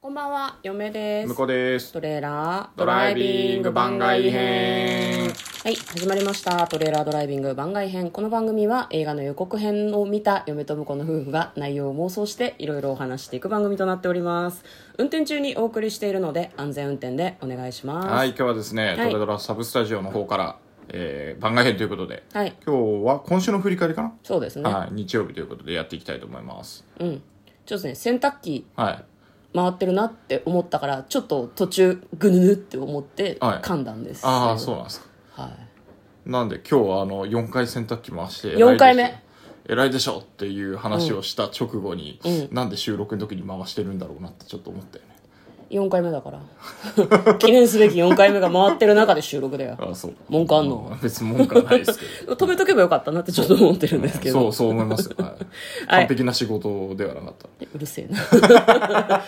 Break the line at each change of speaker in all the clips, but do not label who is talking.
こんばんは、嫁です。
向こうです
トレーラード
ドライビング番外編
はい、始まりました。トレーラードライビング番外編。この番組は映画の予告編を見た嫁と婿の夫婦が内容を妄想していろいろお話していく番組となっております。運転中にお送りしているので安全運転でお願いします。
はい今日はです
は
ね、
い
トレドラサブスタジオの方から、えー番外編ということで、
はい
今日は今週の振り返りかな、
そうですね。
はい日曜日ということでやっていきたいと思います
うん。ちょっとね、洗濯機
はい
回ってるなって思ったから、ちょっと途中ぐぬぬって思って
はい
噛んだんです。
ああそうなんですか
はい。
なんで今日はあの4回洗濯機回して偉いでしょ
四回目
偉いでしょっていう話をした直後に、
う
なんで収録の時に回してるんだろうなってちょっと思ったよね
4回目だから 記念すべき4回目が回ってる中で収録だよ
ああそう
文句あんの
ま別に文句はないですけど
止めとけばよかったなってちょっと思ってるん ですけど、
そうそう思いますよ、はい
はい
完璧な仕事ではなかった
うるせえな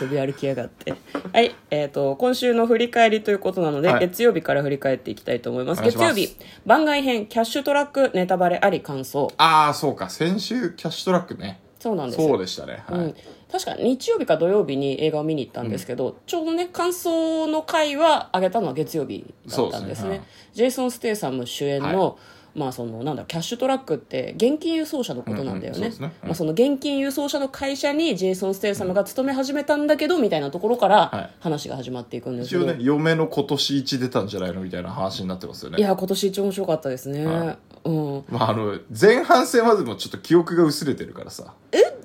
遊び歩きやがってはいえー、と今週の振り返りということなので、
はい
月曜日から振り返っていきたいと思います
お願いし
月
ま
曜
す
日番外編キャッシュトラックネタバレあり感想
ああそうか先週キャッシュトラックね
そうなんですよ
そうでしたね、はい
うん、確か日曜日か土曜日に映画を見に行ったんですけど、ちょうどね感想の回は上げたのは月曜日だったんですね
そうですねはい
ジェイソン・ステイさんも主演の、
は
まあそのなんだろうキャッシュトラックって現金輸送車のことなんだよ
うんう
ね
んそうですねうん
まあその現金輸送車の会社にジェイソン・ステイ様が勤め始めたんだけど、みたいなところか
はい
ら話が始まっていくんです
一
け
応
ど、
ね嫁の今年一出たんじゃないのみたいな話になってますよね
いや今年一応面白かったですね、
は
うん、
まああの前半戦までもちょっと記憶が薄れてるからさ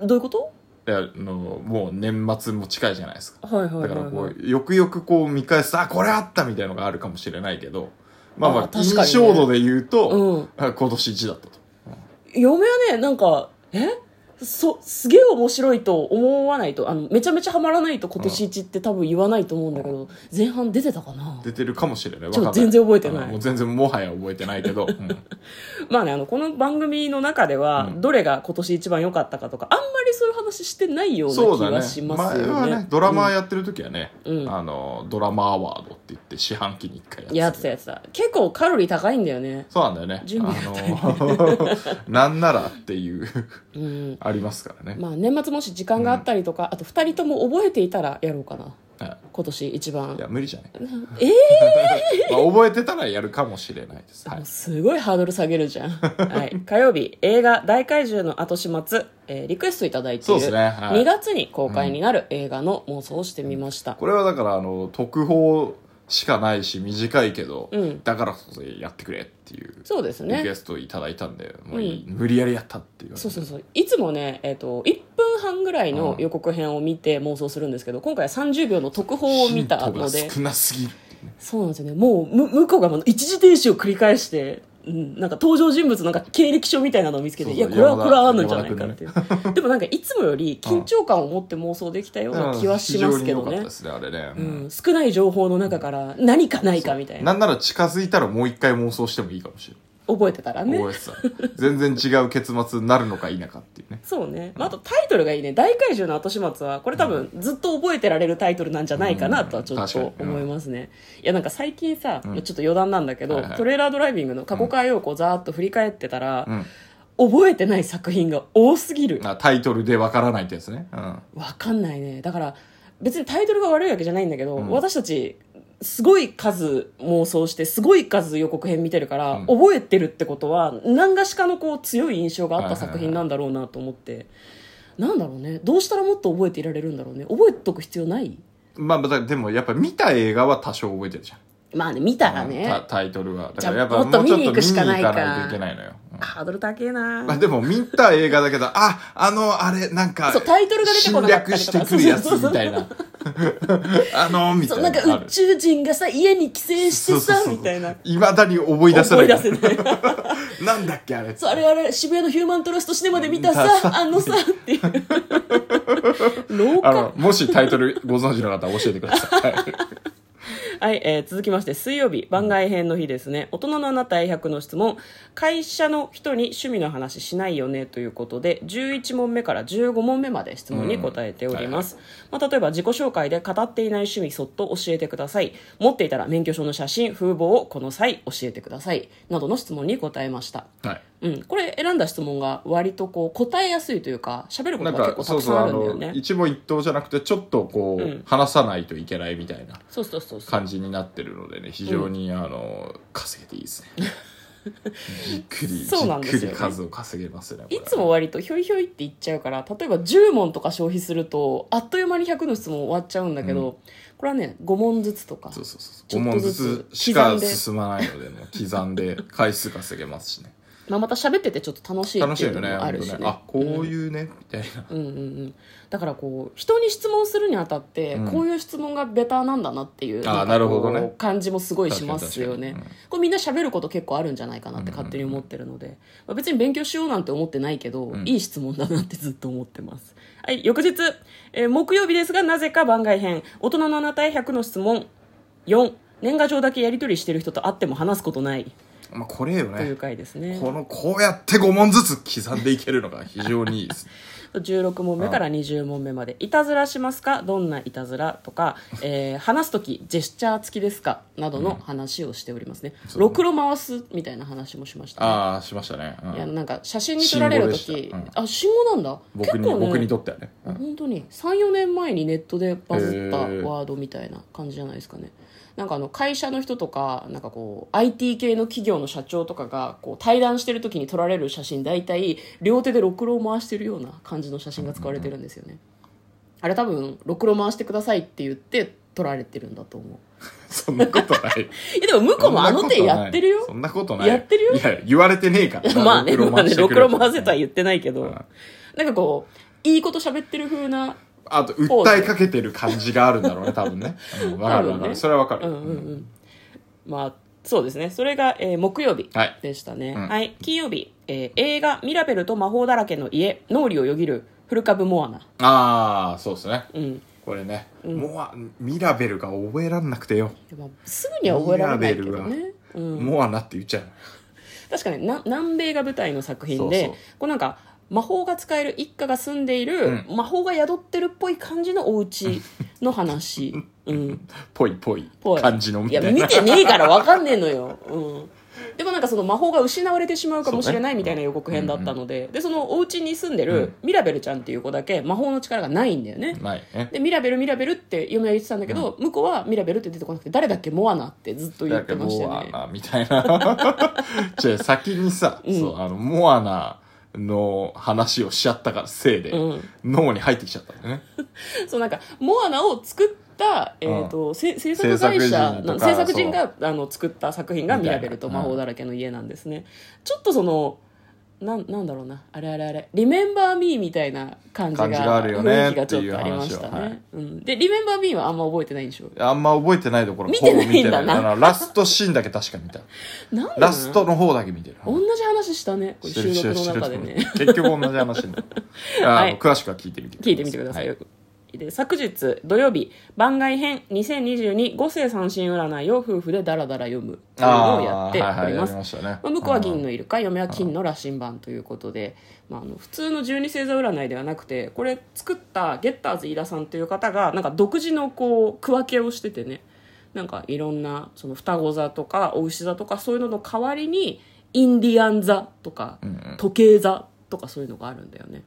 どういうこと
いやあのもう年末も近いじゃないですか
はいはいは
だ
い、
からこ
はいう
よくよくこう見返すあこれあったみたいのがあるかもしれないけどまあま
あ
あ
ー確かにね
印象度で言う
う
と
ん、
あ今年一だったと
嫁はねなんかえそすげえ面白いと思わないとあのめちゃめちゃハマらないと今年一って多分言わないと思うんだけど、前半出てたかな
出てるかもしれない
ちょっと
わかん
全然覚えてない
うんもう全然もはや覚えてないけど、うん
まあねあのこの番組の中では、
うん
どれが今年一番良かったかとかあんまりそういう話してないような
そう
気
だね
がしますよね
前はねドラマーやってる時はね、
うん
あのドラマアワードって言って四半期に1回やってた
やってたやつだ結構カロリー高いんだよね
そうなんだよね。
準備が
あの、 なんならっていう、
うん
ありますからね。
まあ年末もし時間があったりとか、あと2人とも覚えていたらやろうかな
は
今年一
いい
番
や、無理じゃない。
ええ
まあ、覚えてたらやるかもしれないです。は
も。
いう
すごいハードル下げるじ ゃん、はい、火曜日映画「大怪獣の後始末」えーリクエストいただいて
そ
いうる、
ですね。は
2
い、
月に公開になる映画の妄想をしてみました、
これはだから、あの、特報しかないし、短いけど、
うん
だからこそやってくれっていう、
そうです
リク
ね
エストいただいたんで、もういい無理やりやったっていう。
そうそうそういつもね、えー、と1分半ぐらいの予告編を見て妄想するんですけど今回は30秒の特報を見たの
ヒン
で
トが少なすぎる。
そうなんですよねもうむ向こうがもう一時停止を繰り返して、うん、なんか登場人物のなんか経歴書みたいなのを見つけて
そう
い
そ
や
う
これはこ
山田
れはあるんじゃないかっていう、でもなんかいつもよ り緊張感を持って妄想できたような気はしますけど
非常に良かった
ね
で、すね、あれね。う
うんん、少ない情報の中から何かないかみたいな
なんなら近づいたらもう一回妄想してもいいかもしれない。
覚えてたらね
覚えてた全然違う結末になるのか否かっていうね
そうね、まあ、あとタイトルがいいね「大怪獣の後始末は」これ多分ずっと覚えてられるタイトルなんじゃないかなとはちょっ
うん
と
確かに
思いますね、いやなんか最近さ、
うん
ちょっと余談なんだけど、
はいはい
トレーラードライビングの過去回をこうざーっと振り返ってたら、
うん
覚えてない作品が多すぎる
あタイトルでわからないってやつねうん
わかんないねだから別にタイトルが悪いわけじゃないんだけど、
ん
私たちすごい数妄想してすごい数予告編見てるから、
うん
覚えてるってことは何がしかのこう強い印象があっ
はい
た
はいはい
作品なんだろうなと思って、なんだろうねどうしたらもっと覚えていられるんだろうね覚えておく必要ない
まあまあでもやっぱ見た映画は多少覚えてるじゃ
まあね見たら
ん、
ね、
タタイトルはだ
じゃ
か
あ
らやっぱ
もっと
もうちょっ
見に行く
と見に
しか
行
ないか
かないといけないのよ、うん
ハードル高えな
まあ、でも見た映画だけどああのあれなんか
そうタイトルが出てこなかったりと
侵
か
略してくるやつ
そうそうそう
みたいな あのみた
そ
いうな
なんか宇宙人がさ家に帰省してさみたいない
まだに思い出さ
思
ないい
出せない
なんだっけあれ
そうあれあれ渋谷のヒューマントラストシネマで見た
見
さあのさっていう廊下
あのもしタイトルご存知の方は教えてください、はい
はい、えー続きまして水曜日番外編の日ですね、大人のあなたへ100の質問会社の人に趣味の話しないよねということで11問目から15問目まで質問に答えております、まあ、例えば自己紹介で語っていない趣味そっと教えてください持 っていたら免許証の写真風貌をこの際教えてくださいなどの質問に答えました
はい
うん、これ選んだ質問が割とこう答えやすいというか喋るこ
な
と
ん
が結
か
構た
そう
くさ
そう、
んあ
あ
るんだよ
の
ね、
一問一答じゃなくて、ちょっとこ
うん
う、話さないといけないみたいな
そうそうそうそう
感じになってるのでね、非常に、あの、稼げていいですね。じっくり、
そうなんです
じ
よ
っ
ね
くり数を稼げますね。これ
い
は
つも割とひょいひょいって言っちゃうから例えば10問とか消費するとあっという間に100の質問終わっちゃうんだけど、
う
これはね5問ずつとか
そうそうそう
ち
そう。
ょ
5
っと
問
ず
ず
つ
つしか
刻んで
進まないので、もう刻んで回数稼げますしね。
まあ、また喋っててちょっと楽しい
楽
って
しい
いう
よ
の
ね、
もあるし
本
ね
当ねあ、こういうね、みたいな。
うんうんうん、だからこう人に質問するにあたって、
うん
こういう質問がベタなんだなっていうんかこ
あー
う
なるほどね
感じもすごいしますよね、
確かに確かに
これみんな喋ること結構あるんじゃないかなって勝手に思ってるので、まあ、別に勉強しようなんて思ってないけど、
ん
いい質問だなってずっと思ってますはい翌日、えー木曜日ですがなぜか番外編大人のあなたへ100の質問4年賀状だけやり取りしてる人と会っても話すことない
まあ、これよ
とい
ね
う。回ですね
この、こうやって5問ずつ刻んでいけるのが非常にい いです。
16問目から20問目まで「いたずらしますかどんないたずら?」とか、えー話す時ジェスチャー付きですか?」などの話をしておりますね、
そう
ろくろ回すみたいな話もしました、ね
ああ、しましたね。うん
いやなんか写真に撮られる
信号で
時、
したうん
あ信号なんだ
僕に、
結構ね
僕にとってはね。うん
本当に34年前にネットでバズった
へー
ワードみたいな感じじゃないですかねなんかあの会社の人とかなんかこう IT 系の企業の社長とかがこう対談してる時に撮られる写真大体両手でろくろを回してるような感じの写真が使われてるんですよねあれ多分ろくろ回してくださいって言って撮られてるんだと思う
そんなこと ない。
いやでも向こうもあの手やってるよ
そんなことない。
やってるよ
いや、言われてねえから な。
まあね、まあね、ろ
して
く
くれ
ろ回せとは言ってないけど、
うん
なんかこういいこと喋ってる風な
あと、訴えかけてる感じがあるんだろうね、多分ね。うんわかるわか
ね
る。それはわか
うんうんう
る。
んまあそうですねそれが、えー木曜日
はい
でしたね、
うん
はい金曜日、えー映画「ミラベルと魔法だらけの家」脳裏をよぎる古株モアナ
ああ、そうですね。
うん
これね。モア、ミラベルが覚えらんなくてよ。
でもすぐには覚えられないけど
ミラベ
ね、うん、
モアナって言っちゃう。
確かにな南米が舞台の作品で
そうそう
こうなんか魔法が使える一家が住んでいる、魔法が宿ってるっぽい感じのお家の話、うん、
ぽいぽい
ぽい
感じのみ
い
た
や
いな。
見てねえから分かんねえのよ、うん、でもなんかその魔法が失われてしまうかもしれないみたいな予告編だったので,、でそのお家に住んでるミラベルちゃんっていう子だけ魔法の力がないんだよね、
ないね。
でミラベルミラベルって嫁は言ってたんだけど、向こうはミラベルって出てこなくて誰だっけモアナってずっと言
だ
って
から
ましたよ
モア
ね
ナみた いな。じゃあ先にさ、そう、あの、モアナの話をしちゃったからせいで、
うん
脳に入ってきちゃったんだよね。
そうなんかモアナを作った、えーとせ制作会社の
制作人とか
制作人があの作った作品が「ミラベルと魔法だらけの家」なんですね、ちょっとそのなんなんだろうなあれあれあれ「リメンバー・ミー」みたいな感じが
感じがあるよね
雰囲気がちょっとありました
ってい
ね
う話ははい
うん、で「リメンバー・ミー」はあんま覚えてないんでしょ
あんま覚えてないところ
見てないんだな
ほぼ見ていあのラストシーンだけ確か見た。
なんだろうな
ラストの方だけ見てる。
同じ話したねこれ
してる
収録の
してる
中で
して
ね
る結局同じ話にな るあの
はい
詳しくは聞いてみてくださ
聞いてみてください、
は
で昨日土曜日番外編2022五世三神占いを夫婦でダラダラ読むというのをやって
あーはい
お
はい
り
や
ます
りましたね
まあ、向こうは銀のイルカ嫁は金の羅針盤ということで、まあ、あの普通の十二星座占いではなくてこれ作ったゲッターズ飯田さんという方がなんか独自のこう区分けをしててねなんかいろんなその双子座とかお牛座とかそういうのの代わりにインディアン座とか時計座とかそういうのがあるんだよね。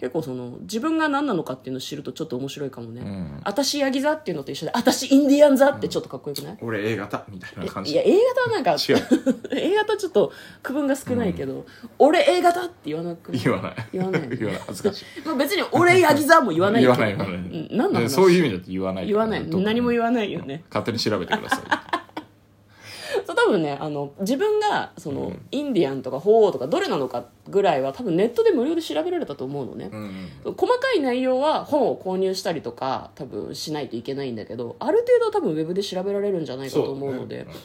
結構その自分が何なのかっていうのを知るとちょっと面白いかもね、
ん
私ヤギ座っていうのと一緒で私インディアン座ってちょっとかっこよくない、
俺 A 型みたいな感
い
じ
や A 型はなんか
違
A 型ちょっと区分が少ないけど、俺 A 型って言わなくない
言わない
言わない
言わない恥ずかしい
まあ、別に俺ヤギ座も言わない
言
けど
わない言わない
うん何の
ね
話
そういう意味だって言わない
言わない何も言
わ
わないよね
勝手に調べてくださ い
そう多分ねあの自分がその、インディアンとか鳳凰とかどれなのかぐらいは多分ネットで無料で調べられたと思うのね、
うん
細かい内容は本を購入したりとか多分しないといけないんだけどある程度は多分ウェブで調べられるんじゃないかと思うので
そうだね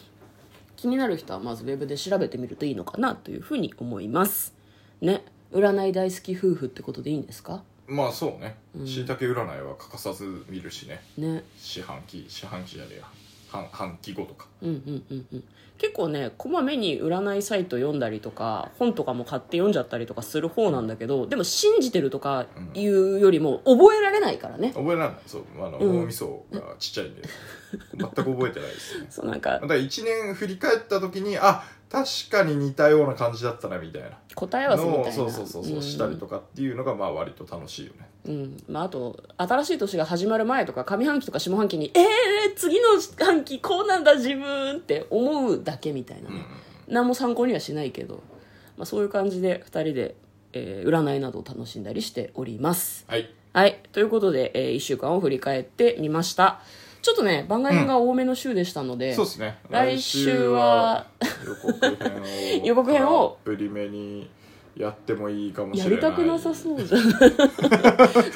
気になる人はまずウェブで調べてみるといいのかなというふうに思いますね占い大好き夫婦ってことでいいんですか
まあそうねしいたけ占いは欠かさず見るしね
ね
四半期四半期じゃねえや半半期後とか
うんうんうんうん結構ねこまめに占いサイト読んだりとか本とかも買って読んじゃったりとかする方なんだけどでも信じてるとかいうよりも覚えられないからね、
覚えられないそうあの、
うん
脳みそがちっちゃいんで全く覚えてないです ね
そうなんか
だから1年振り返った時にあ確かに似たような感じだったなみたいな
答え合わせみたい
の
な
をそうそうそうそう、
ん
したりとかっていうのがまあ割と楽しいよね
うんまあ、あと新しい年が始まる前とか上半期とか下半期に「えー、次の半期こうなんだ自分」って思うだけみたいなね、何も参考にはしないけど、まあ、そういう感じで2人で、えー占いなどを楽しんだりしております
はい
はいということで、え1週間を振り返ってみましたちょっとね番外編が多めの週でしたので、
そうですね
来週は
来週は
予
予
告
告
編
編
を
をプリめにやってもいいかもしれ
や
ない
りたくなさそうじゃん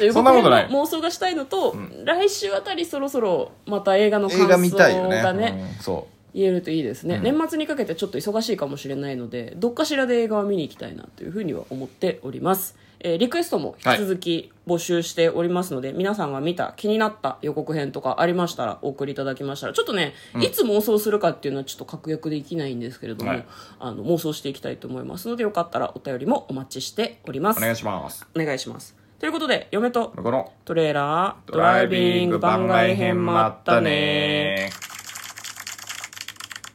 そ
そんなことない
妄想がしたいのと、
ん
来週あたりそろそろまた映画の感
映画見
想
たいよね
がね
うんそ
言えるといいですね、
うん
年末にかけてちょっと忙しいかもしれないのでどっかしらで映画を見に行きたいなというふうには思っております、えーリクエストも引き続き募集しておりますので、皆さんが見た気になった予告編とかありましたらお送りいただきましたらちょっとね、いつ妄想するかっていうのはちょっと確約できないんですけれども、
はい
あの妄想していきたいと思いますのでよかったらお便りもお待ちしております
うお願いします
お願いしますということで嫁と
この
トレーラード
ドライビング番外編もあったね